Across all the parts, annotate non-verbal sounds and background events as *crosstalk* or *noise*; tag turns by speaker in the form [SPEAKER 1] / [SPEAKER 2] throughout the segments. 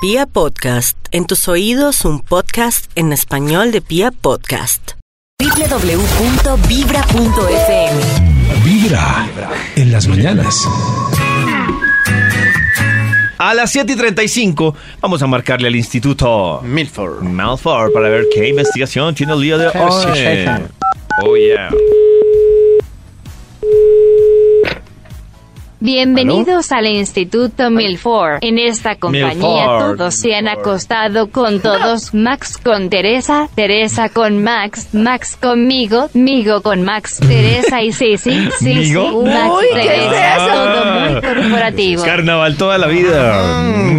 [SPEAKER 1] Pia Podcast, en tus oídos un podcast en español de Pia Podcast.
[SPEAKER 2] www.vibra.fm
[SPEAKER 3] Vibra en las mañanas.
[SPEAKER 4] A las 7 y 35 vamos a marcarle al Instituto
[SPEAKER 5] Milford.
[SPEAKER 4] Malford para ver qué investigación tiene el día de hoy. Oh, yeah.
[SPEAKER 6] Bienvenidos al Instituto Milford. En esta compañía
[SPEAKER 4] Milford.
[SPEAKER 6] todos se han
[SPEAKER 4] *laughs*
[SPEAKER 6] acostado con todos. Max con Teresa, Teresa con Max, Max conmigo, Migo
[SPEAKER 4] *laughs*
[SPEAKER 6] con Max, Teresa y Sisi, Sisi,
[SPEAKER 4] ¿Migo?
[SPEAKER 6] Max,
[SPEAKER 4] Uy, ¿qué
[SPEAKER 6] Teresa,
[SPEAKER 4] es eso?
[SPEAKER 6] todo muy corporativo.
[SPEAKER 4] Carnaval toda la
[SPEAKER 7] Ah,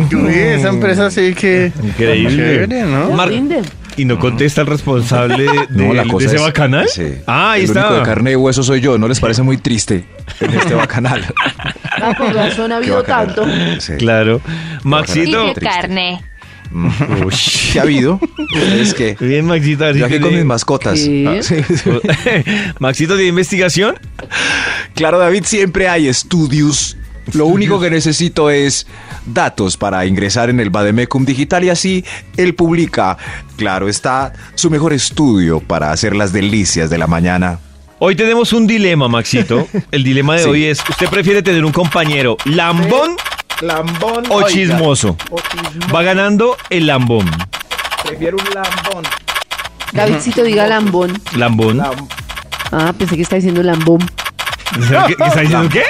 [SPEAKER 4] vida.
[SPEAKER 5] esa empresa sí que.
[SPEAKER 4] Increíble.
[SPEAKER 5] Chévere, ¿no?
[SPEAKER 4] Mar- y no contesta
[SPEAKER 7] *laughs*
[SPEAKER 4] el responsable de,
[SPEAKER 7] No, la
[SPEAKER 4] de
[SPEAKER 7] cosa
[SPEAKER 4] ese
[SPEAKER 7] es-
[SPEAKER 4] bacanal.
[SPEAKER 7] sí.
[SPEAKER 4] Ah, ahí
[SPEAKER 7] el
[SPEAKER 4] está.
[SPEAKER 7] único de carne y hueso soy yo. ¿No les parece muy triste en
[SPEAKER 4] *laughs*
[SPEAKER 7] este bacanal?
[SPEAKER 8] Ah, con razón ha
[SPEAKER 7] Qué
[SPEAKER 8] habido
[SPEAKER 7] bacanal.
[SPEAKER 8] tanto.
[SPEAKER 7] Sí.
[SPEAKER 4] Claro.
[SPEAKER 6] Y
[SPEAKER 4] Maxito.
[SPEAKER 6] qué carne.
[SPEAKER 4] Ush.
[SPEAKER 7] ¿Qué ha habido? Es
[SPEAKER 4] *laughs*
[SPEAKER 7] que
[SPEAKER 4] Bien, Maxito. a ver si
[SPEAKER 7] yo aquí con
[SPEAKER 4] tiene-
[SPEAKER 7] mis mascotas.
[SPEAKER 8] ¿Qué?
[SPEAKER 7] Ah, sí, sí.
[SPEAKER 4] *laughs* Maxito, ¿tiene investigación?
[SPEAKER 7] Claro, David, siempre hay estudios. Lo único que necesito es datos para ingresar en el Bademecum Digital y así él publica, claro está, su mejor estudio para hacer las delicias de la mañana.
[SPEAKER 4] Hoy tenemos un dilema, Maxito. El dilema de
[SPEAKER 7] Sí.
[SPEAKER 4] hoy es, ¿usted prefiere tener un compañero lambón
[SPEAKER 5] Lambón.
[SPEAKER 4] o chismoso? Va ganando el lambón.
[SPEAKER 5] Prefiero un lambón.
[SPEAKER 8] Davidcito diga lambón.
[SPEAKER 4] ¿Lambón?
[SPEAKER 8] Ah, pensé que está diciendo lambón.
[SPEAKER 4] ¿Qué, qué
[SPEAKER 7] *laughs*
[SPEAKER 4] está diciendo qué?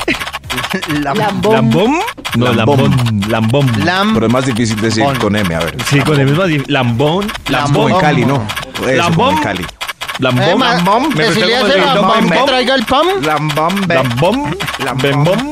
[SPEAKER 8] Lambón.
[SPEAKER 4] ¿Lambón? No,
[SPEAKER 7] Lambón.
[SPEAKER 4] lambón. Lambón.
[SPEAKER 7] Pero es más difícil decir
[SPEAKER 5] Bon.
[SPEAKER 7] con M, a ver.
[SPEAKER 4] Sí, con el mismo di- lambón.
[SPEAKER 7] Como
[SPEAKER 4] Lambón.
[SPEAKER 7] en Cali, ¿no? Eso, como
[SPEAKER 4] Lambón.
[SPEAKER 7] en Cali. Eh,
[SPEAKER 4] Lambón.
[SPEAKER 5] Lambón.
[SPEAKER 4] Me
[SPEAKER 5] Decirle a
[SPEAKER 4] refiero
[SPEAKER 5] ese
[SPEAKER 4] como el
[SPEAKER 5] lambón que
[SPEAKER 4] lambón.
[SPEAKER 5] traiga el pan.
[SPEAKER 7] Lambón, ve.
[SPEAKER 4] Lambón.
[SPEAKER 7] Lambón.
[SPEAKER 4] Lambón.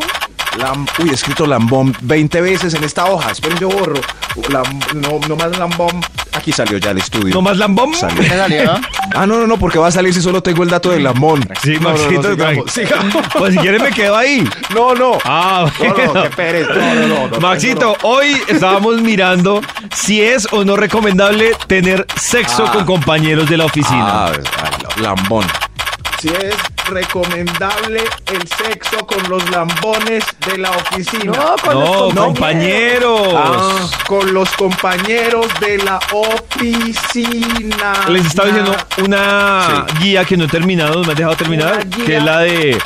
[SPEAKER 7] Lam- Uy, he escrito lambón 20 veces en esta hoja. Esperen, yo borro. Lam- No, no más lambón. Aquí salió ya el estudio.
[SPEAKER 4] ¿No más lambón?
[SPEAKER 7] Salió.
[SPEAKER 5] Me salió.
[SPEAKER 7] *laughs* Ah, no, no, no, porque va a salir si solo tengo el dato del lambón.
[SPEAKER 4] Sí,
[SPEAKER 7] No, no, no,
[SPEAKER 4] Maxito.
[SPEAKER 7] sigamos,
[SPEAKER 4] tranqui. Pues si quieres me quedo ahí.
[SPEAKER 7] No,
[SPEAKER 4] *laughs*
[SPEAKER 7] no.
[SPEAKER 4] Ah,
[SPEAKER 7] No,
[SPEAKER 4] bueno.
[SPEAKER 7] no, qué pereza. No, no, no, no,
[SPEAKER 4] Maxito,
[SPEAKER 7] no,
[SPEAKER 4] hoy estábamos mirando si es o no recomendable tener sexo
[SPEAKER 7] Ah.
[SPEAKER 4] con compañeros de la oficina.
[SPEAKER 7] Ah, ah, lambón.
[SPEAKER 5] Si es recomendable el sexo con los lambones de la oficina.
[SPEAKER 8] No, con los
[SPEAKER 4] no,
[SPEAKER 8] compañeros.
[SPEAKER 4] compañeros.
[SPEAKER 5] Ah, con los compañeros de la oficina.
[SPEAKER 4] Les estaba diciendo una guía que no he terminado, no me has dejado terminar,
[SPEAKER 5] Ah. Una guía.
[SPEAKER 4] que es la de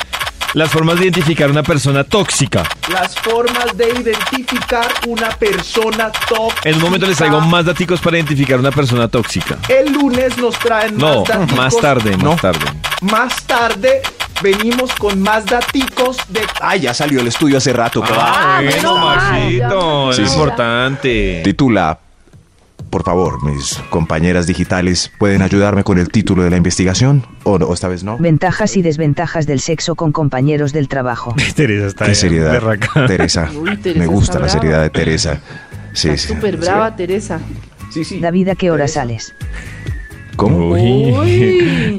[SPEAKER 4] las formas de identificar una persona tóxica.
[SPEAKER 5] Las formas de identificar una persona top.
[SPEAKER 4] En un momento les traigo más daticos para identificar una persona tóxica.
[SPEAKER 5] El lunes nos traen
[SPEAKER 4] No,
[SPEAKER 5] más daticos.
[SPEAKER 4] más tarde, más
[SPEAKER 7] No.
[SPEAKER 4] tarde.
[SPEAKER 5] Más tarde venimos con más daticos de
[SPEAKER 7] Ay, Ah, ya salió el estudio hace rato. que va.
[SPEAKER 8] Ah,
[SPEAKER 4] Maxito,
[SPEAKER 8] bueno, Maxito,
[SPEAKER 4] es
[SPEAKER 7] Sí, sí.
[SPEAKER 4] importante.
[SPEAKER 7] Titula. Por favor, mis compañeras digitales, ¿pueden ayudarme con el título de la investigación? ¿O no? ¿Esta vez no?
[SPEAKER 9] Ventajas y desventajas del sexo con compañeros del trabajo.
[SPEAKER 4] Teresa está
[SPEAKER 7] Qué seriedad.
[SPEAKER 4] berraca.
[SPEAKER 7] Teresa.
[SPEAKER 8] *laughs* Uy, Teresa
[SPEAKER 7] Me gusta
[SPEAKER 8] está
[SPEAKER 7] la
[SPEAKER 8] brava.
[SPEAKER 7] seriedad de Teresa. Sí, sí.
[SPEAKER 8] Está súper brava, Teresa.
[SPEAKER 9] David, ¿a qué hora sales?
[SPEAKER 7] ¿Cómo?
[SPEAKER 8] Uy.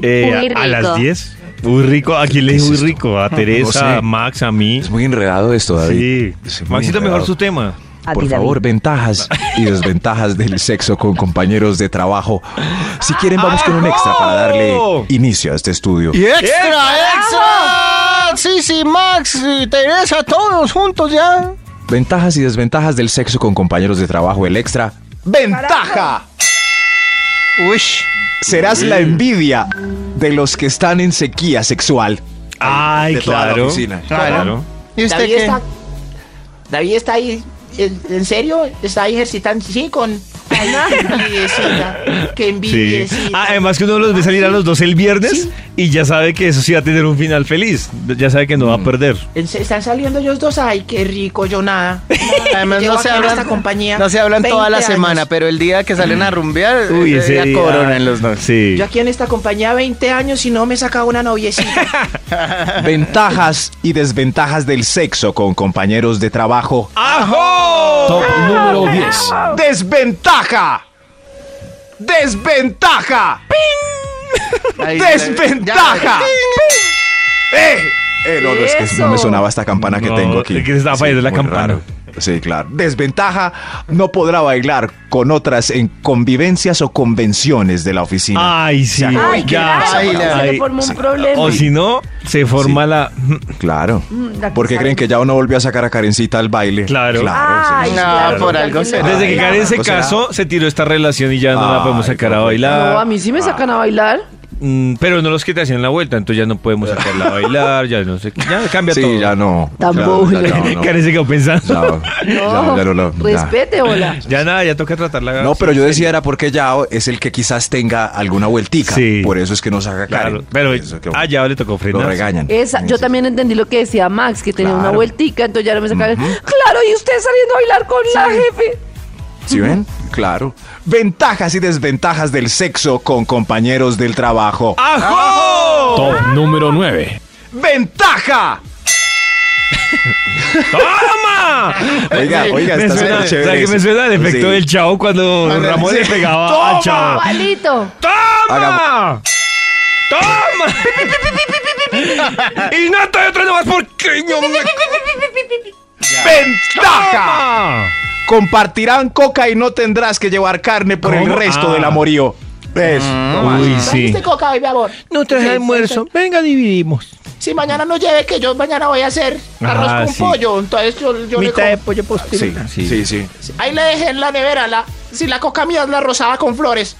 [SPEAKER 4] *laughs* Eh,
[SPEAKER 6] Muy
[SPEAKER 4] a- a,
[SPEAKER 6] rico.
[SPEAKER 4] las 10. Muy rico. ¿A quién le
[SPEAKER 7] ¿Qué
[SPEAKER 4] dije
[SPEAKER 7] es
[SPEAKER 4] muy
[SPEAKER 7] esto?
[SPEAKER 4] rico? A Teresa,
[SPEAKER 7] sé.
[SPEAKER 4] a Max, a mí.
[SPEAKER 7] Es muy enredado esto, David.
[SPEAKER 4] Sí.
[SPEAKER 7] Es muy
[SPEAKER 4] Maxito, mejor
[SPEAKER 7] enredado.
[SPEAKER 4] su tema.
[SPEAKER 9] A
[SPEAKER 7] Por
[SPEAKER 9] ti, David.
[SPEAKER 7] favor, ventajas y desventajas del sexo con compañeros de trabajo. Si quieren, vamos con un extra para darle inicio a este estudio.
[SPEAKER 5] Y extra, extra. Sí, sí, Max, y Teresa, todos juntos ya.
[SPEAKER 7] Ventajas y desventajas del sexo con compañeros de trabajo. El extra. ¡Ventaja!
[SPEAKER 5] Uy.
[SPEAKER 7] Serás la envidia de los que están en sequía sexual.
[SPEAKER 4] Ay,
[SPEAKER 7] de toda la
[SPEAKER 4] claro.
[SPEAKER 7] oficina.
[SPEAKER 4] Claro.
[SPEAKER 5] ¿Y usted
[SPEAKER 10] David
[SPEAKER 5] qué?
[SPEAKER 10] está, David está ahí, ¿en, en serio? Está ahí ejercitando, sí, con... Ay, qué
[SPEAKER 4] *laughs*
[SPEAKER 10] envidiecita, qué
[SPEAKER 4] Sí.
[SPEAKER 10] envidiecita.
[SPEAKER 4] Ah, además que uno los ve salir a los dos el viernes y ya sabe que eso sí va a tener un final feliz. Ya sabe que no va a perder.
[SPEAKER 10] En- se- Están saliendo ellos dos, ay, qué rico, yo nada.
[SPEAKER 5] Además,
[SPEAKER 10] Llevo
[SPEAKER 5] no
[SPEAKER 10] a
[SPEAKER 5] se,
[SPEAKER 10] crear
[SPEAKER 5] hablan,
[SPEAKER 10] esta compañía
[SPEAKER 5] no se hablan toda
[SPEAKER 10] 20
[SPEAKER 5] la
[SPEAKER 10] años.
[SPEAKER 5] semana, pero el día que salen a rumbear,
[SPEAKER 4] Uy,
[SPEAKER 5] eh,
[SPEAKER 4] ese
[SPEAKER 5] ya
[SPEAKER 4] día.
[SPEAKER 5] coronan los dos.
[SPEAKER 4] Sí.
[SPEAKER 10] Yo aquí en esta compañía 20 años y no me saca una noviecita.
[SPEAKER 7] Ventajas y desventajas del sexo con compañeros de trabajo.
[SPEAKER 4] ¡Ajo!
[SPEAKER 3] Top número 10.
[SPEAKER 7] ¡Desventaja! ¡Desventaja!
[SPEAKER 5] Ahí- Ya-
[SPEAKER 7] ¡Desventaja! ¡Eh! Eh, no, no, es que
[SPEAKER 8] Eso.
[SPEAKER 7] no me sonaba esta campana que
[SPEAKER 4] No,
[SPEAKER 7] tengo aquí.
[SPEAKER 4] es que se estaba fallando la
[SPEAKER 7] muy
[SPEAKER 4] campana.
[SPEAKER 7] raro. Sí, claro. Desventaja, no podrá bailar con otras en convivencias o convenciones de la oficina.
[SPEAKER 4] Ay, sí.
[SPEAKER 8] Ay,
[SPEAKER 4] ya.
[SPEAKER 8] claro,
[SPEAKER 4] Ay,
[SPEAKER 8] se le formó un problema.
[SPEAKER 4] O si no, se forma la. *laughs*
[SPEAKER 7] Claro.
[SPEAKER 8] Mm, la que
[SPEAKER 7] Porque
[SPEAKER 8] sabe.
[SPEAKER 7] creen que ya uno volvió a sacar a Karencita al baile.
[SPEAKER 4] Claro.
[SPEAKER 7] Claro. sí.
[SPEAKER 10] No, por algo será.
[SPEAKER 4] Desde que
[SPEAKER 7] Ay,
[SPEAKER 4] Karen se
[SPEAKER 7] o sea,
[SPEAKER 4] casó, se tiró esta relación y ya no la podemos
[SPEAKER 7] Ay,
[SPEAKER 4] sacar a
[SPEAKER 7] no,
[SPEAKER 8] No, a
[SPEAKER 4] bailar.
[SPEAKER 8] mí sí me sacan
[SPEAKER 7] Ah.
[SPEAKER 8] a bailar.
[SPEAKER 4] Mm, Pero no los que te hacían la vuelta, entonces ya no
[SPEAKER 7] *laughs*
[SPEAKER 4] podemos sacarla a bailar, ya no sé qué. Ya cambia
[SPEAKER 7] Sí,
[SPEAKER 4] todo.
[SPEAKER 7] ya no.
[SPEAKER 8] Tampoco.
[SPEAKER 7] Ya, ya no, no.
[SPEAKER 4] *laughs* Karen se quedó pensando.
[SPEAKER 7] Ya, ya,
[SPEAKER 8] No, pues
[SPEAKER 7] ya no, no, ya.
[SPEAKER 8] respete, hola.
[SPEAKER 4] Ya nada, ya toca tratarla.
[SPEAKER 7] No, pero yo decía era porque Yao es el que quizás tenga alguna vueltica.
[SPEAKER 4] Sí.
[SPEAKER 7] Por eso es que no saca Karen.
[SPEAKER 4] Claro, pero
[SPEAKER 7] Eso que
[SPEAKER 4] ah, ya le tocó
[SPEAKER 7] Lo
[SPEAKER 4] frenar.
[SPEAKER 7] regañan.
[SPEAKER 8] Esa, yo
[SPEAKER 7] Sí,
[SPEAKER 8] también entendí lo que decía Max, que tenía una
[SPEAKER 7] Claro.
[SPEAKER 8] vueltica, entonces ya no me sacaron. Claro, y usted saliendo a bailar con la jefe.
[SPEAKER 7] ¿Sí ven? Claro. Ventajas y desventajas del sexo con compañeros del trabajo.
[SPEAKER 4] Ah, ¡Ajo!
[SPEAKER 3] Top número 9.
[SPEAKER 7] ¡Ventaja!
[SPEAKER 4] ¡Toma!
[SPEAKER 7] Oiga, oiga,
[SPEAKER 4] me
[SPEAKER 7] está
[SPEAKER 4] suena,
[SPEAKER 7] súper chévere
[SPEAKER 4] ¿sabe qué
[SPEAKER 7] eso.
[SPEAKER 4] me suena el efecto
[SPEAKER 7] Sí. Ah,
[SPEAKER 4] del chavo cuando Ramón le pegaba al chavo?
[SPEAKER 8] Palito.
[SPEAKER 4] ¡Toma! *laughs* ¡Toma! y no estoy otro nomás porque yo me...
[SPEAKER 7] ¡Ventaja!
[SPEAKER 4] ¡Toma!
[SPEAKER 7] Compartirán coca y no tendrás que llevar carne por
[SPEAKER 4] ¿Cómo?
[SPEAKER 7] el resto
[SPEAKER 4] Ah. Mm,
[SPEAKER 7] del amorío. ¿Ves?
[SPEAKER 4] Uy, *laughs* sí.
[SPEAKER 10] ¿Trajiste coca hoy, mi amor?
[SPEAKER 4] No traje almuerzo. Venga, dividimos.
[SPEAKER 10] Si mañana no lleve, que yo mañana voy a hacer arroz
[SPEAKER 4] Ah,
[SPEAKER 10] con
[SPEAKER 4] sí.
[SPEAKER 10] pollo. Entonces yo, yo le
[SPEAKER 4] Mitad
[SPEAKER 10] com-
[SPEAKER 4] de pollo
[SPEAKER 7] Sí,
[SPEAKER 4] posterior.
[SPEAKER 7] sí, sí. sí.
[SPEAKER 10] Ahí le dejé en la nevera la... Si la coca mía es la rosada con flores.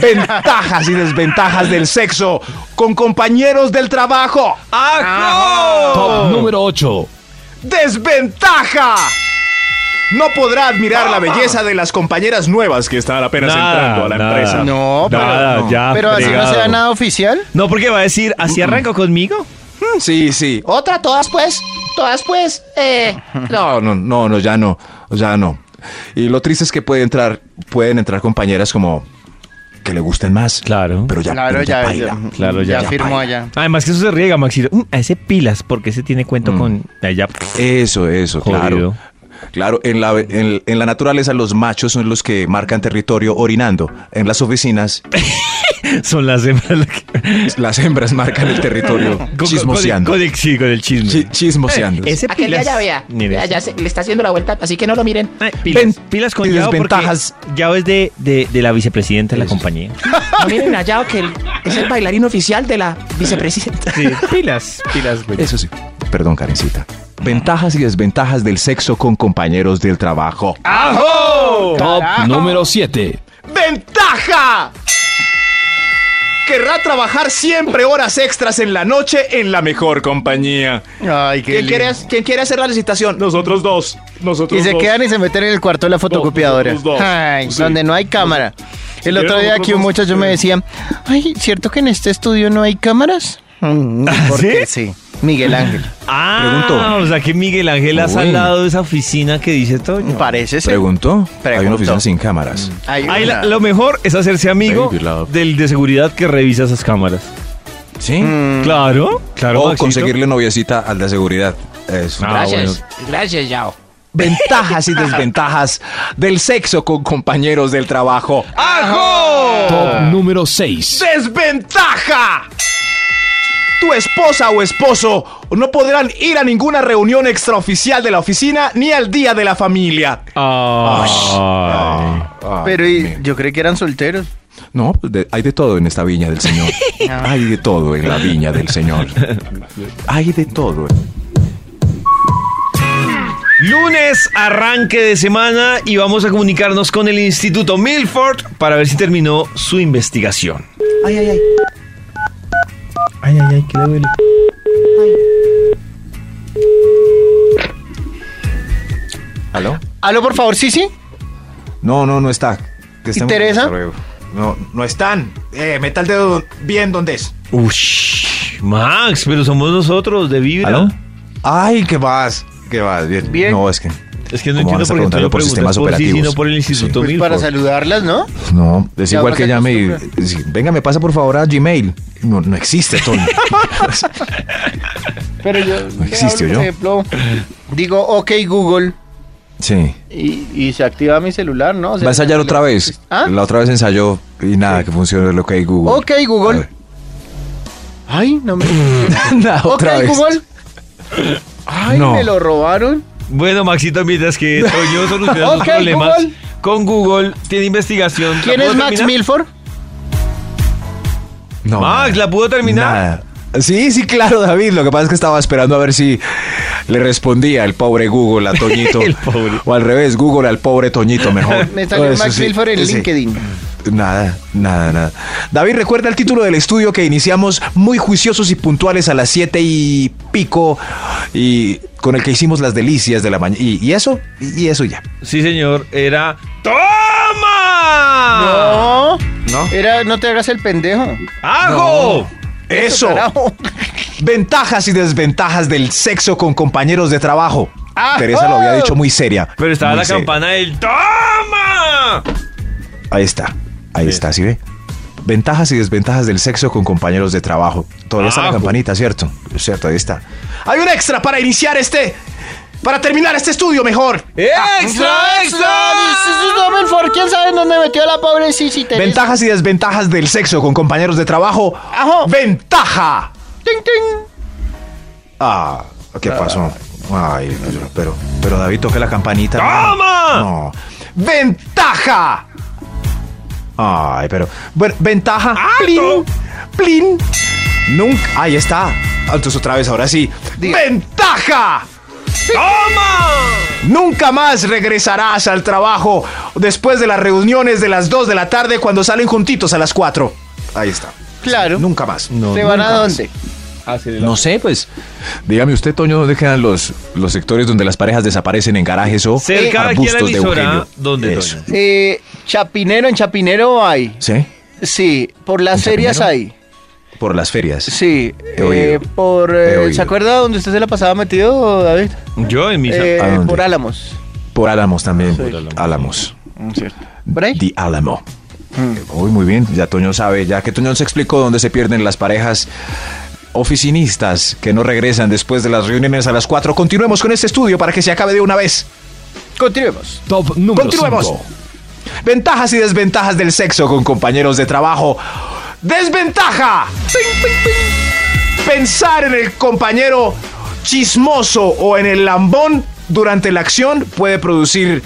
[SPEAKER 7] Ventajas y desventajas del sexo con compañeros del trabajo.
[SPEAKER 4] Ah,
[SPEAKER 7] Oh.
[SPEAKER 3] Top número 8.
[SPEAKER 7] ¡Desventaja! No podrá admirar la belleza de las compañeras nuevas que están apenas
[SPEAKER 4] Nada,
[SPEAKER 7] entrando a la
[SPEAKER 4] nada.
[SPEAKER 7] empresa.
[SPEAKER 2] No, pero,
[SPEAKER 4] Nada,
[SPEAKER 2] no.
[SPEAKER 4] ya,
[SPEAKER 2] pero así no
[SPEAKER 4] fregado.
[SPEAKER 2] sea nada oficial.
[SPEAKER 4] No, porque va a decir, ¿así arranco conmigo?
[SPEAKER 7] Mm, Sí, sí.
[SPEAKER 10] Otra, todas pues, todas pues. Eh,
[SPEAKER 7] *laughs* No, no, no, no, ya no, ya no. Y lo triste es que puede entrar, pueden entrar compañeras como que le gusten más.
[SPEAKER 4] Claro.
[SPEAKER 7] Pero ya,
[SPEAKER 2] Claro,
[SPEAKER 7] pero ya
[SPEAKER 2] ya,
[SPEAKER 7] baila.
[SPEAKER 2] ya,
[SPEAKER 4] Claro, ya.
[SPEAKER 2] ya firmó
[SPEAKER 7] baila.
[SPEAKER 2] allá.
[SPEAKER 4] Además que eso se riega, Maxito. Mm, a ese pilas, porque ese tiene cuento con... Allá.
[SPEAKER 7] Eso, eso,
[SPEAKER 4] Jodido.
[SPEAKER 7] claro. Claro, en la, en, en la naturaleza los machos son los que marcan territorio orinando. En las
[SPEAKER 4] *laughs*
[SPEAKER 7] oficinas
[SPEAKER 4] Son las hembras las que...
[SPEAKER 7] las hembras marcan el territorio
[SPEAKER 4] Con-
[SPEAKER 7] chismoseando.
[SPEAKER 4] Con, con el, sí, con el chisme. Eh,
[SPEAKER 7] Chi- chismoseando.
[SPEAKER 4] Ese
[SPEAKER 10] aquel ya, ya vea.
[SPEAKER 4] Mire.
[SPEAKER 10] Ya, ya se- le está haciendo la vuelta, así que no lo miren.
[SPEAKER 4] Ay, pilas,
[SPEAKER 7] Ven-
[SPEAKER 4] pilas con
[SPEAKER 7] y
[SPEAKER 4] Yao
[SPEAKER 7] desventajas.
[SPEAKER 4] porque Yao es de, de, de la vicepresidenta de la compañía.
[SPEAKER 10] No miren allá, que el- es el bailarín oficial de la vicepresidenta.
[SPEAKER 4] Sí, pilas, Eh, pilas. güey.
[SPEAKER 7] Eso sí. Perdón, Karencita. Ventajas y desventajas del sexo con compañeros del trabajo.
[SPEAKER 3] Top número 7.
[SPEAKER 7] ¡Ventaja! Querrá trabajar siempre horas extras en la noche en la mejor compañía.
[SPEAKER 2] Ay, qué
[SPEAKER 7] ¿Quién quiere,
[SPEAKER 2] lindo.
[SPEAKER 7] hac- quién quiere hacer la licitación? Nosotros dos. Nosotros
[SPEAKER 2] Y se
[SPEAKER 7] dos.
[SPEAKER 2] quedan y se meten en el cuarto de la fotocopiadora.
[SPEAKER 7] los dos.
[SPEAKER 2] Ay,
[SPEAKER 7] Sí.
[SPEAKER 2] donde no hay cámara. El
[SPEAKER 7] quieren
[SPEAKER 2] otro día
[SPEAKER 7] nosotros
[SPEAKER 2] aquí un
[SPEAKER 7] dos,
[SPEAKER 2] muchacho me
[SPEAKER 7] eh.
[SPEAKER 2] decía, ay, ¿cierto que en este estudio no hay cámaras? Mm,
[SPEAKER 7] ¿Ah,
[SPEAKER 2] Porque sí. Miguel Ángel.
[SPEAKER 4] Ah,
[SPEAKER 7] Preguntó.
[SPEAKER 4] o sea que Miguel Ángel ha
[SPEAKER 7] Uy.
[SPEAKER 4] salado esa oficina que dice Toño.
[SPEAKER 2] Parece ser.
[SPEAKER 7] Preguntó. Mm. Hay una
[SPEAKER 2] Preguntó.
[SPEAKER 7] oficina sin cámaras.
[SPEAKER 2] Hay
[SPEAKER 4] Ahí la-
[SPEAKER 2] una-
[SPEAKER 4] lo mejor es hacerse amigo
[SPEAKER 7] Baby love.
[SPEAKER 4] del de seguridad que revisa esas cámaras. Mm.
[SPEAKER 7] ¿Sí?
[SPEAKER 4] Claro, claro.
[SPEAKER 7] o
[SPEAKER 4] Maxito.
[SPEAKER 7] conseguirle noviecita al de seguridad. Eso.
[SPEAKER 4] *laughs* Ah,
[SPEAKER 10] Gracias, gracias, Yao.
[SPEAKER 7] Ventajas y desventajas del sexo con compañeros del trabajo.
[SPEAKER 3] Top número 6.
[SPEAKER 7] ¡Desventaja! Tu esposa o esposo no podrán ir a ninguna reunión extraoficial de la oficina ni al día de la familia.
[SPEAKER 4] Ay.
[SPEAKER 2] Pero y- yo creí que eran solteros.
[SPEAKER 7] No, pues, de- hay de todo en esta viña del
[SPEAKER 2] *laughs*
[SPEAKER 7] Señor.
[SPEAKER 2] Ah.
[SPEAKER 7] hay de todo en la viña del Señor. Hay de todo.
[SPEAKER 4] Lunes, arranque de semana y vamos a comunicarnos con el Instituto Milford para ver si terminó su investigación. Ay, ay, ay. Ay, ay, ay, que le duele.
[SPEAKER 7] ¿Aló?
[SPEAKER 2] Aló, por favor, sí, sí.
[SPEAKER 7] No, no, no está. Que estemos-
[SPEAKER 2] Teresa?
[SPEAKER 7] Hasta luego. No, no están. Eh, meta el dedo bien donde es.
[SPEAKER 4] Ush, Max, pero somos nosotros de Vibra.
[SPEAKER 7] ¿Aló? Ay, qué vas. Qué vas. Bien.
[SPEAKER 2] Bien.
[SPEAKER 7] No, es que.
[SPEAKER 4] Es que no
[SPEAKER 7] ¿Cómo
[SPEAKER 4] entiendo
[SPEAKER 7] vas a
[SPEAKER 4] por qué tú
[SPEAKER 7] preguntarlo
[SPEAKER 4] lo
[SPEAKER 7] por
[SPEAKER 4] preguntas
[SPEAKER 7] sistemas
[SPEAKER 4] por sí,
[SPEAKER 7] operativos?
[SPEAKER 4] sino por el Instituto
[SPEAKER 2] Pues para
[SPEAKER 4] Milford.
[SPEAKER 2] saludarlas, ¿no?
[SPEAKER 7] Pues No, es
[SPEAKER 2] Ya
[SPEAKER 7] igual
[SPEAKER 2] uno
[SPEAKER 7] que
[SPEAKER 2] se
[SPEAKER 7] llame y,
[SPEAKER 2] acostumbra.
[SPEAKER 7] sí, venga, me pasa por favor a Gmail. No, no existe,
[SPEAKER 2] *laughs*
[SPEAKER 7] Tony.
[SPEAKER 2] Pero yo,
[SPEAKER 7] No existe,
[SPEAKER 2] por
[SPEAKER 7] ¿oyó?
[SPEAKER 2] ejemplo, digo, ok, Google,
[SPEAKER 7] sí.
[SPEAKER 2] y, y se activa mi celular, ¿no? O sea,
[SPEAKER 7] Va a ensayar otra vez.
[SPEAKER 2] ¿Ah?
[SPEAKER 7] La otra vez ensayó y nada, que funcionó lo que hay Google.
[SPEAKER 2] Ok, Google. Ay, no me...
[SPEAKER 7] *laughs* Nada, *laughs*
[SPEAKER 2] ok,
[SPEAKER 7] otra vez.
[SPEAKER 2] Google. Ay,
[SPEAKER 7] No.
[SPEAKER 2] me lo robaron.
[SPEAKER 4] Bueno, Maxito, mientras que
[SPEAKER 2] *laughs*
[SPEAKER 4] Toño soluciona sus
[SPEAKER 2] Ok,
[SPEAKER 4] problemas
[SPEAKER 2] Google.
[SPEAKER 4] con Google, tiene investigación. ¿La
[SPEAKER 2] ¿Quién es
[SPEAKER 4] puedo
[SPEAKER 2] Max
[SPEAKER 4] terminar?
[SPEAKER 2] Milford?
[SPEAKER 7] No,
[SPEAKER 4] Max, ¿la pudo terminar?
[SPEAKER 7] nada. Sí, sí, claro, David. Lo que pasa es que estaba esperando a ver si le respondía el pobre Google a Toñito.
[SPEAKER 4] *laughs* El pobre.
[SPEAKER 7] O al revés, Google al pobre Toñito, mejor.
[SPEAKER 2] *laughs* Me salió
[SPEAKER 7] Eso
[SPEAKER 2] Max
[SPEAKER 7] sí,
[SPEAKER 2] Milford en
[SPEAKER 7] sí.
[SPEAKER 2] LinkedIn.
[SPEAKER 7] Nada, nada, nada. David, recuerda el título del estudio que iniciamos muy juiciosos y puntuales a las siete y pico y con el que hicimos las delicias de la mañana. Y, y eso, y eso ya.
[SPEAKER 4] Sí, señor, era. ¡Toma!
[SPEAKER 2] No.
[SPEAKER 7] ¿No?
[SPEAKER 2] Era, no te hagas el pendejo.
[SPEAKER 4] ¡Hago!
[SPEAKER 7] Eso.
[SPEAKER 2] Carajo.
[SPEAKER 7] Ventajas y desventajas del sexo con compañeros de trabajo.
[SPEAKER 2] ¡Ajú!
[SPEAKER 7] Teresa lo había dicho muy seria.
[SPEAKER 4] Pero estaba
[SPEAKER 7] muy
[SPEAKER 4] la
[SPEAKER 7] seria.
[SPEAKER 4] campana del. ¡Toma!
[SPEAKER 7] Ahí está. Ahí está, ¿sí ve? Ventajas y desventajas del sexo con compañeros de trabajo. Todavía está la
[SPEAKER 4] Ajú.
[SPEAKER 7] campanita, ¿cierto? Cierto, ahí está. Hay un extra para iniciar este. Para terminar este estudio mejor.
[SPEAKER 2] Ah,
[SPEAKER 4] ¡Extra, extra!
[SPEAKER 2] Max Milford, ¿quién sabe en dónde metió a la pobre Sisi Teresa?
[SPEAKER 7] Ventajas y desventajas del sexo con compañeros de trabajo.
[SPEAKER 2] Ajú.
[SPEAKER 7] ¡Ventaja!
[SPEAKER 2] Ting, ting.
[SPEAKER 7] Ah, ¿qué pasó? Ay, pero- pero, pero David toca la campanita. hermano.
[SPEAKER 4] ¡Toma!
[SPEAKER 7] No. ¡Ventaja! Ay, pero. Bueno, ventaja.
[SPEAKER 4] ¡Alto!
[SPEAKER 7] ¡Plin! ¡Plin! Nunca. Ahí está. Entonces otra vez, ahora sí. ¡Ventaja!
[SPEAKER 4] ¡Toma!
[SPEAKER 7] Nunca más regresarás al trabajo después de las reuniones de las 2 de la tarde cuando salen juntitos a las 4. Ahí está.
[SPEAKER 2] Claro.
[SPEAKER 7] Nunca más. No,
[SPEAKER 2] ¿Se van a
[SPEAKER 7] nunca más.
[SPEAKER 2] dónde? Ah,
[SPEAKER 7] No sé, pues. Dígame usted, Toño, ¿dónde quedan los, los sectores donde las parejas desaparecen en garajes o
[SPEAKER 4] Cerca de aquí a la
[SPEAKER 7] arbustos de
[SPEAKER 4] emisora,
[SPEAKER 7] Eugenio?
[SPEAKER 4] ¿dónde,
[SPEAKER 7] Eso.
[SPEAKER 4] Toño?
[SPEAKER 2] Eh, Chapinero, en Chapinero hay.
[SPEAKER 7] ¿Sí?
[SPEAKER 2] Sí, por las
[SPEAKER 7] ¿En
[SPEAKER 2] ferias
[SPEAKER 7] Chapinero?
[SPEAKER 2] hay.
[SPEAKER 7] Por las ferias.
[SPEAKER 2] Sí,
[SPEAKER 7] He oído.
[SPEAKER 2] eh, por...
[SPEAKER 7] He
[SPEAKER 2] eh,
[SPEAKER 7] oído.
[SPEAKER 2] ¿Se acuerda dónde usted se la pasaba metido, David?
[SPEAKER 4] Yo en mi.
[SPEAKER 2] Eh,
[SPEAKER 7] ¿a dónde?
[SPEAKER 2] por Álamos.
[SPEAKER 7] Por Álamos también.
[SPEAKER 2] Sí.
[SPEAKER 7] Álamos.
[SPEAKER 2] ¿Por ahí?
[SPEAKER 7] The Álamo. Uy, muy bien. Ya Toño sabe, ya que Toño se explicó dónde se pierden las parejas oficinistas que no regresan después de las reuniones a las 4. Continuemos con este estudio para que se acabe de una vez.
[SPEAKER 2] Continuemos.
[SPEAKER 3] Top número
[SPEAKER 7] Continuemos.
[SPEAKER 3] 5.
[SPEAKER 7] Ventajas y desventajas del sexo con compañeros de trabajo. ¡Desventaja! Ping, ping, ping. Pensar en el compañero chismoso o en el lambón durante la acción puede producir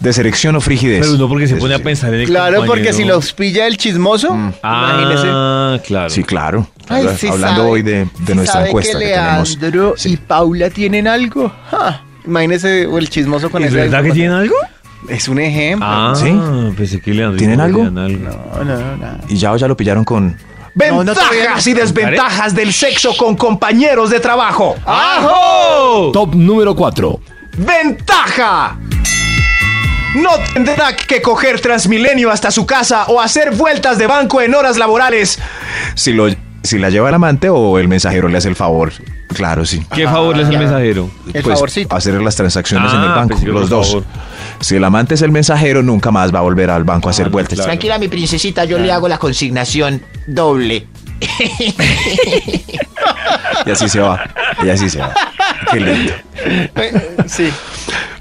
[SPEAKER 7] deserección o frigidez.
[SPEAKER 4] Pero no porque se
[SPEAKER 7] Eso
[SPEAKER 4] pone a
[SPEAKER 7] sí.
[SPEAKER 4] pensar en el
[SPEAKER 2] Claro, porque
[SPEAKER 4] compañero.
[SPEAKER 2] si los pilla el chismoso, imagínese.
[SPEAKER 4] Ah, claro.
[SPEAKER 7] Sí, claro.
[SPEAKER 2] Ay,
[SPEAKER 7] Mm. Habla-
[SPEAKER 2] sí
[SPEAKER 7] Hablando
[SPEAKER 2] sabe,
[SPEAKER 7] hoy de, de
[SPEAKER 2] sí
[SPEAKER 7] nuestra
[SPEAKER 2] sabe
[SPEAKER 7] encuesta
[SPEAKER 2] que,
[SPEAKER 7] que, tenemos.
[SPEAKER 2] Leandro y Paula tienen algo. Ja, Imagínese o el chismoso con
[SPEAKER 4] ¿Es
[SPEAKER 2] ese-
[SPEAKER 4] verdad que tienen algo?
[SPEAKER 2] Es un ejemplo.
[SPEAKER 4] Ah,
[SPEAKER 7] ¿Sí?
[SPEAKER 4] Pensé que le
[SPEAKER 7] ¿Tienen algo? Ah.
[SPEAKER 2] No, no,
[SPEAKER 7] *laughs*
[SPEAKER 2] no.
[SPEAKER 7] Y ya, ya lo pillaron con...
[SPEAKER 2] No,
[SPEAKER 7] Ventajas
[SPEAKER 2] no te voy a ¿eh?
[SPEAKER 7] y desventajas del sexo con compañeros de trabajo.
[SPEAKER 2] Ah,
[SPEAKER 4] ¡Ajo!
[SPEAKER 3] Top número 4.
[SPEAKER 7] ¡Ventaja! No tendrá que coger Transmilenio hasta su casa o hacer vueltas de banco en horas laborales. Si, lo, si la lleva el amante o el mensajero le hace el favor. Claro, sí. Pues,
[SPEAKER 4] ¿Qué favor
[SPEAKER 2] Ah,
[SPEAKER 4] le hace el mensajero?
[SPEAKER 2] El favorcito.
[SPEAKER 7] Hacer las transacciones en el
[SPEAKER 4] Ah,
[SPEAKER 7] banco,
[SPEAKER 4] pensé que
[SPEAKER 7] los
[SPEAKER 4] por
[SPEAKER 7] dos.
[SPEAKER 4] favor.
[SPEAKER 7] Si el amante es el mensajero, nunca más va a volver al banco a hacer
[SPEAKER 4] no,
[SPEAKER 7] vueltas.
[SPEAKER 4] claro.
[SPEAKER 10] Tranquila, mi princesita, yo le hago la consignación doble.
[SPEAKER 7] Y así se va. Y así se va. Qué lindo.
[SPEAKER 2] Eh, Sí.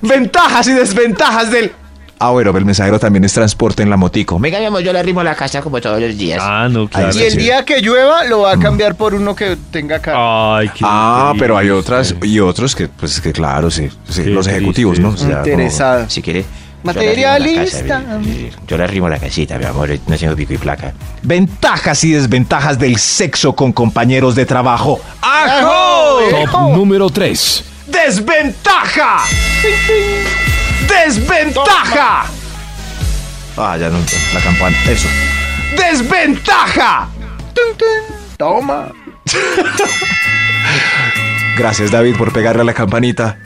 [SPEAKER 7] Ventajas y desventajas del. Ah, bueno, pero el mensajero también es transporte en la motico. Me-
[SPEAKER 10] Venga, mi amor, yo le arrimo la casa como todos los días.
[SPEAKER 4] Ah, no, claro.
[SPEAKER 2] Y el día que llueva lo
[SPEAKER 7] Mm.
[SPEAKER 2] va a cambiar por uno que tenga acá.
[SPEAKER 4] Ay, qué
[SPEAKER 7] Ah,
[SPEAKER 4] triste.
[SPEAKER 7] pero hay otras y otros que, pues, que claro, sí. sí,
[SPEAKER 4] Qué
[SPEAKER 7] los ejecutivos, ¿no?
[SPEAKER 4] triste.
[SPEAKER 7] O sea, como-
[SPEAKER 2] Interesado.
[SPEAKER 10] Si quiere. yo le arrimo la casa,
[SPEAKER 2] Materialista.
[SPEAKER 10] mi- Yo le arrimo la casita, mi amor, no tengo pico y placa.
[SPEAKER 7] Ventajas y desventajas del sexo con compañeros de trabajo.
[SPEAKER 4] ¡Ajo!
[SPEAKER 3] Top número 3.
[SPEAKER 7] ¡Desventaja! ¡Desventaja! Ah, ya no, la campana, eso. ¡Desventaja!
[SPEAKER 2] Toma.
[SPEAKER 7] Gracias, David, por pegarle a la campanita.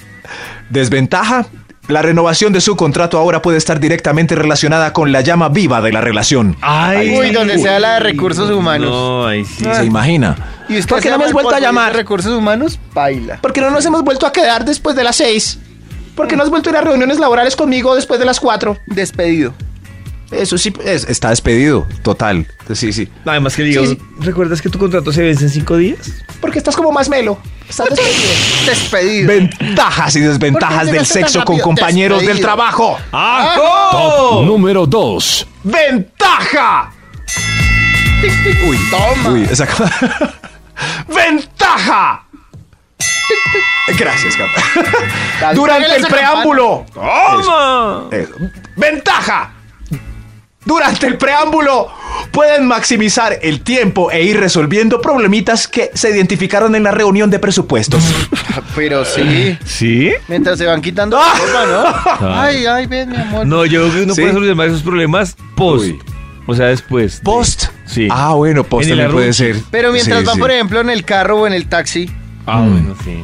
[SPEAKER 7] ¿Desventaja? La renovación de su contrato ahora puede estar directamente relacionada con la llama viva de la relación.
[SPEAKER 4] Ay,
[SPEAKER 2] Uy, donde sea la de recursos humanos. Ah.
[SPEAKER 4] No, ahí sí.
[SPEAKER 7] ¿Se imagina?
[SPEAKER 2] Y usted
[SPEAKER 7] ¿Por qué
[SPEAKER 2] se
[SPEAKER 7] no me
[SPEAKER 2] llama
[SPEAKER 7] has
[SPEAKER 2] el
[SPEAKER 7] vuelto a
[SPEAKER 2] podcast
[SPEAKER 7] llamar?
[SPEAKER 2] de Recursos humanos, baila.
[SPEAKER 7] Porque no nos hemos vuelto a quedar después de las seis. Porque no has vuelto a ir a reuniones laborales conmigo después de las cuatro.
[SPEAKER 2] Despedido.
[SPEAKER 7] Eso sí, es- está despedido, total. Sí, sí.
[SPEAKER 4] Además que le digo,
[SPEAKER 7] Sí, sí.
[SPEAKER 4] ¿recuerdas que tu contrato se vence en cinco días?
[SPEAKER 7] Porque estás como más melo. Estás despedido.
[SPEAKER 2] Despedido.
[SPEAKER 7] Ventajas y
[SPEAKER 2] ¿Por
[SPEAKER 7] desventajas
[SPEAKER 2] qué
[SPEAKER 7] del
[SPEAKER 2] llegaste tan
[SPEAKER 7] sexo con
[SPEAKER 2] rápido?
[SPEAKER 7] compañeros del
[SPEAKER 2] Despedido.
[SPEAKER 7] trabajo.
[SPEAKER 3] Top
[SPEAKER 4] ¡Ajo!
[SPEAKER 3] número 2.
[SPEAKER 7] ¡Ventaja! Uy, *laughs*
[SPEAKER 2] Toma.
[SPEAKER 7] Uy, esa- ¡Ventaja! Gracias, Cam- Durante el
[SPEAKER 2] esa
[SPEAKER 7] preámbulo. Eso. ¡Ventaja! Durante el preámbulo pueden maximizar el tiempo e ir resolviendo problemitas que se identificaron en la reunión de presupuestos.
[SPEAKER 2] Pero sí. Ah.
[SPEAKER 4] ¿Sí?
[SPEAKER 2] Mientras se van quitando la ropa, ¿no? Ah. Ay, ay, ven, mi amor.
[SPEAKER 4] No, yo creo que uno
[SPEAKER 7] Sí.
[SPEAKER 4] puede solucionar esos problemas post.
[SPEAKER 7] Uy.
[SPEAKER 4] O sea, después. de-
[SPEAKER 7] Post.
[SPEAKER 4] Sí.
[SPEAKER 7] Ah, bueno, post
[SPEAKER 4] En el
[SPEAKER 7] también puede
[SPEAKER 4] arroz.
[SPEAKER 7] ser.
[SPEAKER 2] Pero mientras
[SPEAKER 7] Sí,
[SPEAKER 2] van,
[SPEAKER 7] sí.
[SPEAKER 2] por ejemplo, en el carro o en el taxi.
[SPEAKER 4] Ah, bueno, sí.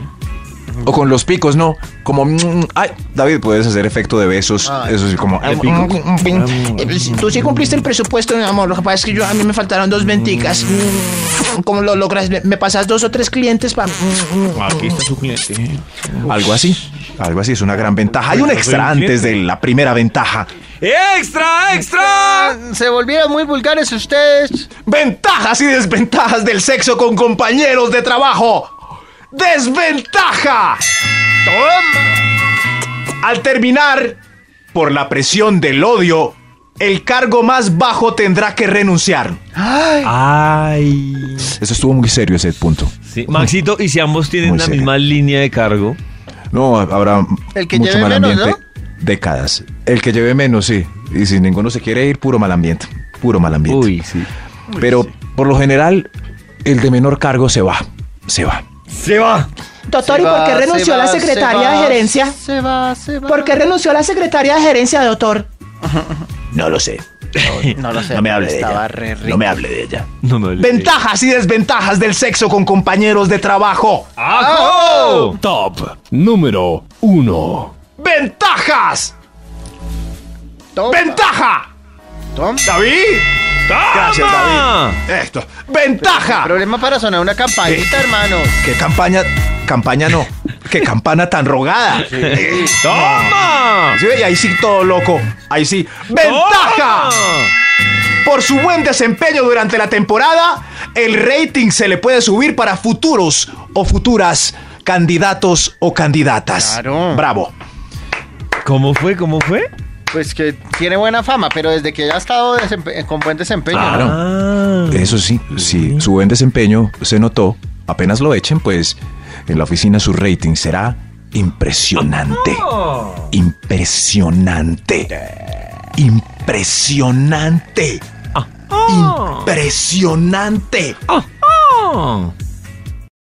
[SPEAKER 7] O con los picos, no. Como. mm, Ay, David, puedes hacer efecto de besos.
[SPEAKER 2] Ay.
[SPEAKER 7] Eso sí, como. mm,
[SPEAKER 10] Mm, Eh, Tú sí cumpliste el presupuesto, mi amor. Lo que pasa es que yo, a mí me faltaron dos venticas. *laughs* ¿Cómo lo logras? Me- Me pasas dos o tres clientes Mm, para...
[SPEAKER 4] Ah, Aquí está su cliente.
[SPEAKER 7] mm. Algo así. Algo así es una gran ventaja. Hay un extra antes de la primera ventaja.
[SPEAKER 4] ¡Extra, extra!
[SPEAKER 2] Ah, Se volvieron muy vulgares ustedes.
[SPEAKER 7] Ventajas y desventajas del sexo con compañeros de trabajo. ¡Desventaja! Al terminar, por la presión del odio, el cargo más bajo tendrá que renunciar.
[SPEAKER 4] Ay.
[SPEAKER 7] Eso estuvo muy serio ese punto.
[SPEAKER 4] Sí, Maxito, y si ambos tienen
[SPEAKER 7] Muy
[SPEAKER 4] la
[SPEAKER 7] serio.
[SPEAKER 4] misma línea de cargo.
[SPEAKER 7] No, habrá
[SPEAKER 2] El que
[SPEAKER 7] mucho
[SPEAKER 2] lleve
[SPEAKER 7] mal
[SPEAKER 2] menos,
[SPEAKER 7] ambiente. Décadas. El que lleve menos, sí. Y si ninguno se quiere ir, puro mal ambiente. Puro mal ambiente.
[SPEAKER 4] Uy, sí.
[SPEAKER 7] Pero por lo general, el de menor cargo se va. Se va.
[SPEAKER 4] ¡Se va!
[SPEAKER 10] Doctor, ¿y
[SPEAKER 2] Se
[SPEAKER 10] por qué
[SPEAKER 2] va,
[SPEAKER 10] renunció
[SPEAKER 2] se
[SPEAKER 10] la
[SPEAKER 2] va, se
[SPEAKER 10] secretaria de
[SPEAKER 2] va,
[SPEAKER 10] gerencia?
[SPEAKER 2] Se va, se va.
[SPEAKER 10] ¿Por qué renunció la secretaria de gerencia, doctor?
[SPEAKER 7] No lo sé.
[SPEAKER 2] No lo sé.
[SPEAKER 7] No me hable de
[SPEAKER 2] Estaba
[SPEAKER 7] ella.
[SPEAKER 2] re rico.
[SPEAKER 7] No me hable de ella.
[SPEAKER 4] No me olvidé.
[SPEAKER 7] Ventajas y desventajas del sexo con compañeros de trabajo.
[SPEAKER 4] ¡Ajo!
[SPEAKER 3] Top número 1.
[SPEAKER 7] ¡Ventajas!
[SPEAKER 2] Toma,
[SPEAKER 7] ¡Ventaja!
[SPEAKER 2] toma.
[SPEAKER 7] ¡David! Gracias,
[SPEAKER 4] ¡Toma!
[SPEAKER 7] David. Esto. ¡Ventaja!
[SPEAKER 2] Problema para sonar una campanita, hermano.
[SPEAKER 7] ¿Qué campaña? Campaña no. ¿Qué campana tan rogada?
[SPEAKER 4] ¡Toma!
[SPEAKER 7] Sí, y ahí sí todo loco. Ahí sí. ¡Ventaja!
[SPEAKER 4] ¡Oh!
[SPEAKER 7] Por su buen desempeño durante la temporada, el rating se le puede subir para futuros o futuras candidatos o candidatas.
[SPEAKER 2] Claro.
[SPEAKER 7] Bravo.
[SPEAKER 4] ¿Cómo fue? ¿Cómo fue?
[SPEAKER 2] Pues que tiene buena fama, pero desde que ya ha estado desempe- con buen desempeño,
[SPEAKER 7] Claro.
[SPEAKER 2] ¿no?
[SPEAKER 4] Ah.
[SPEAKER 7] Eso sí, si su buen desempeño se notó, apenas lo echen, pues en la oficina su rating será impresionante. Impresionante. Impresionante. Impresionante.
[SPEAKER 4] Ah.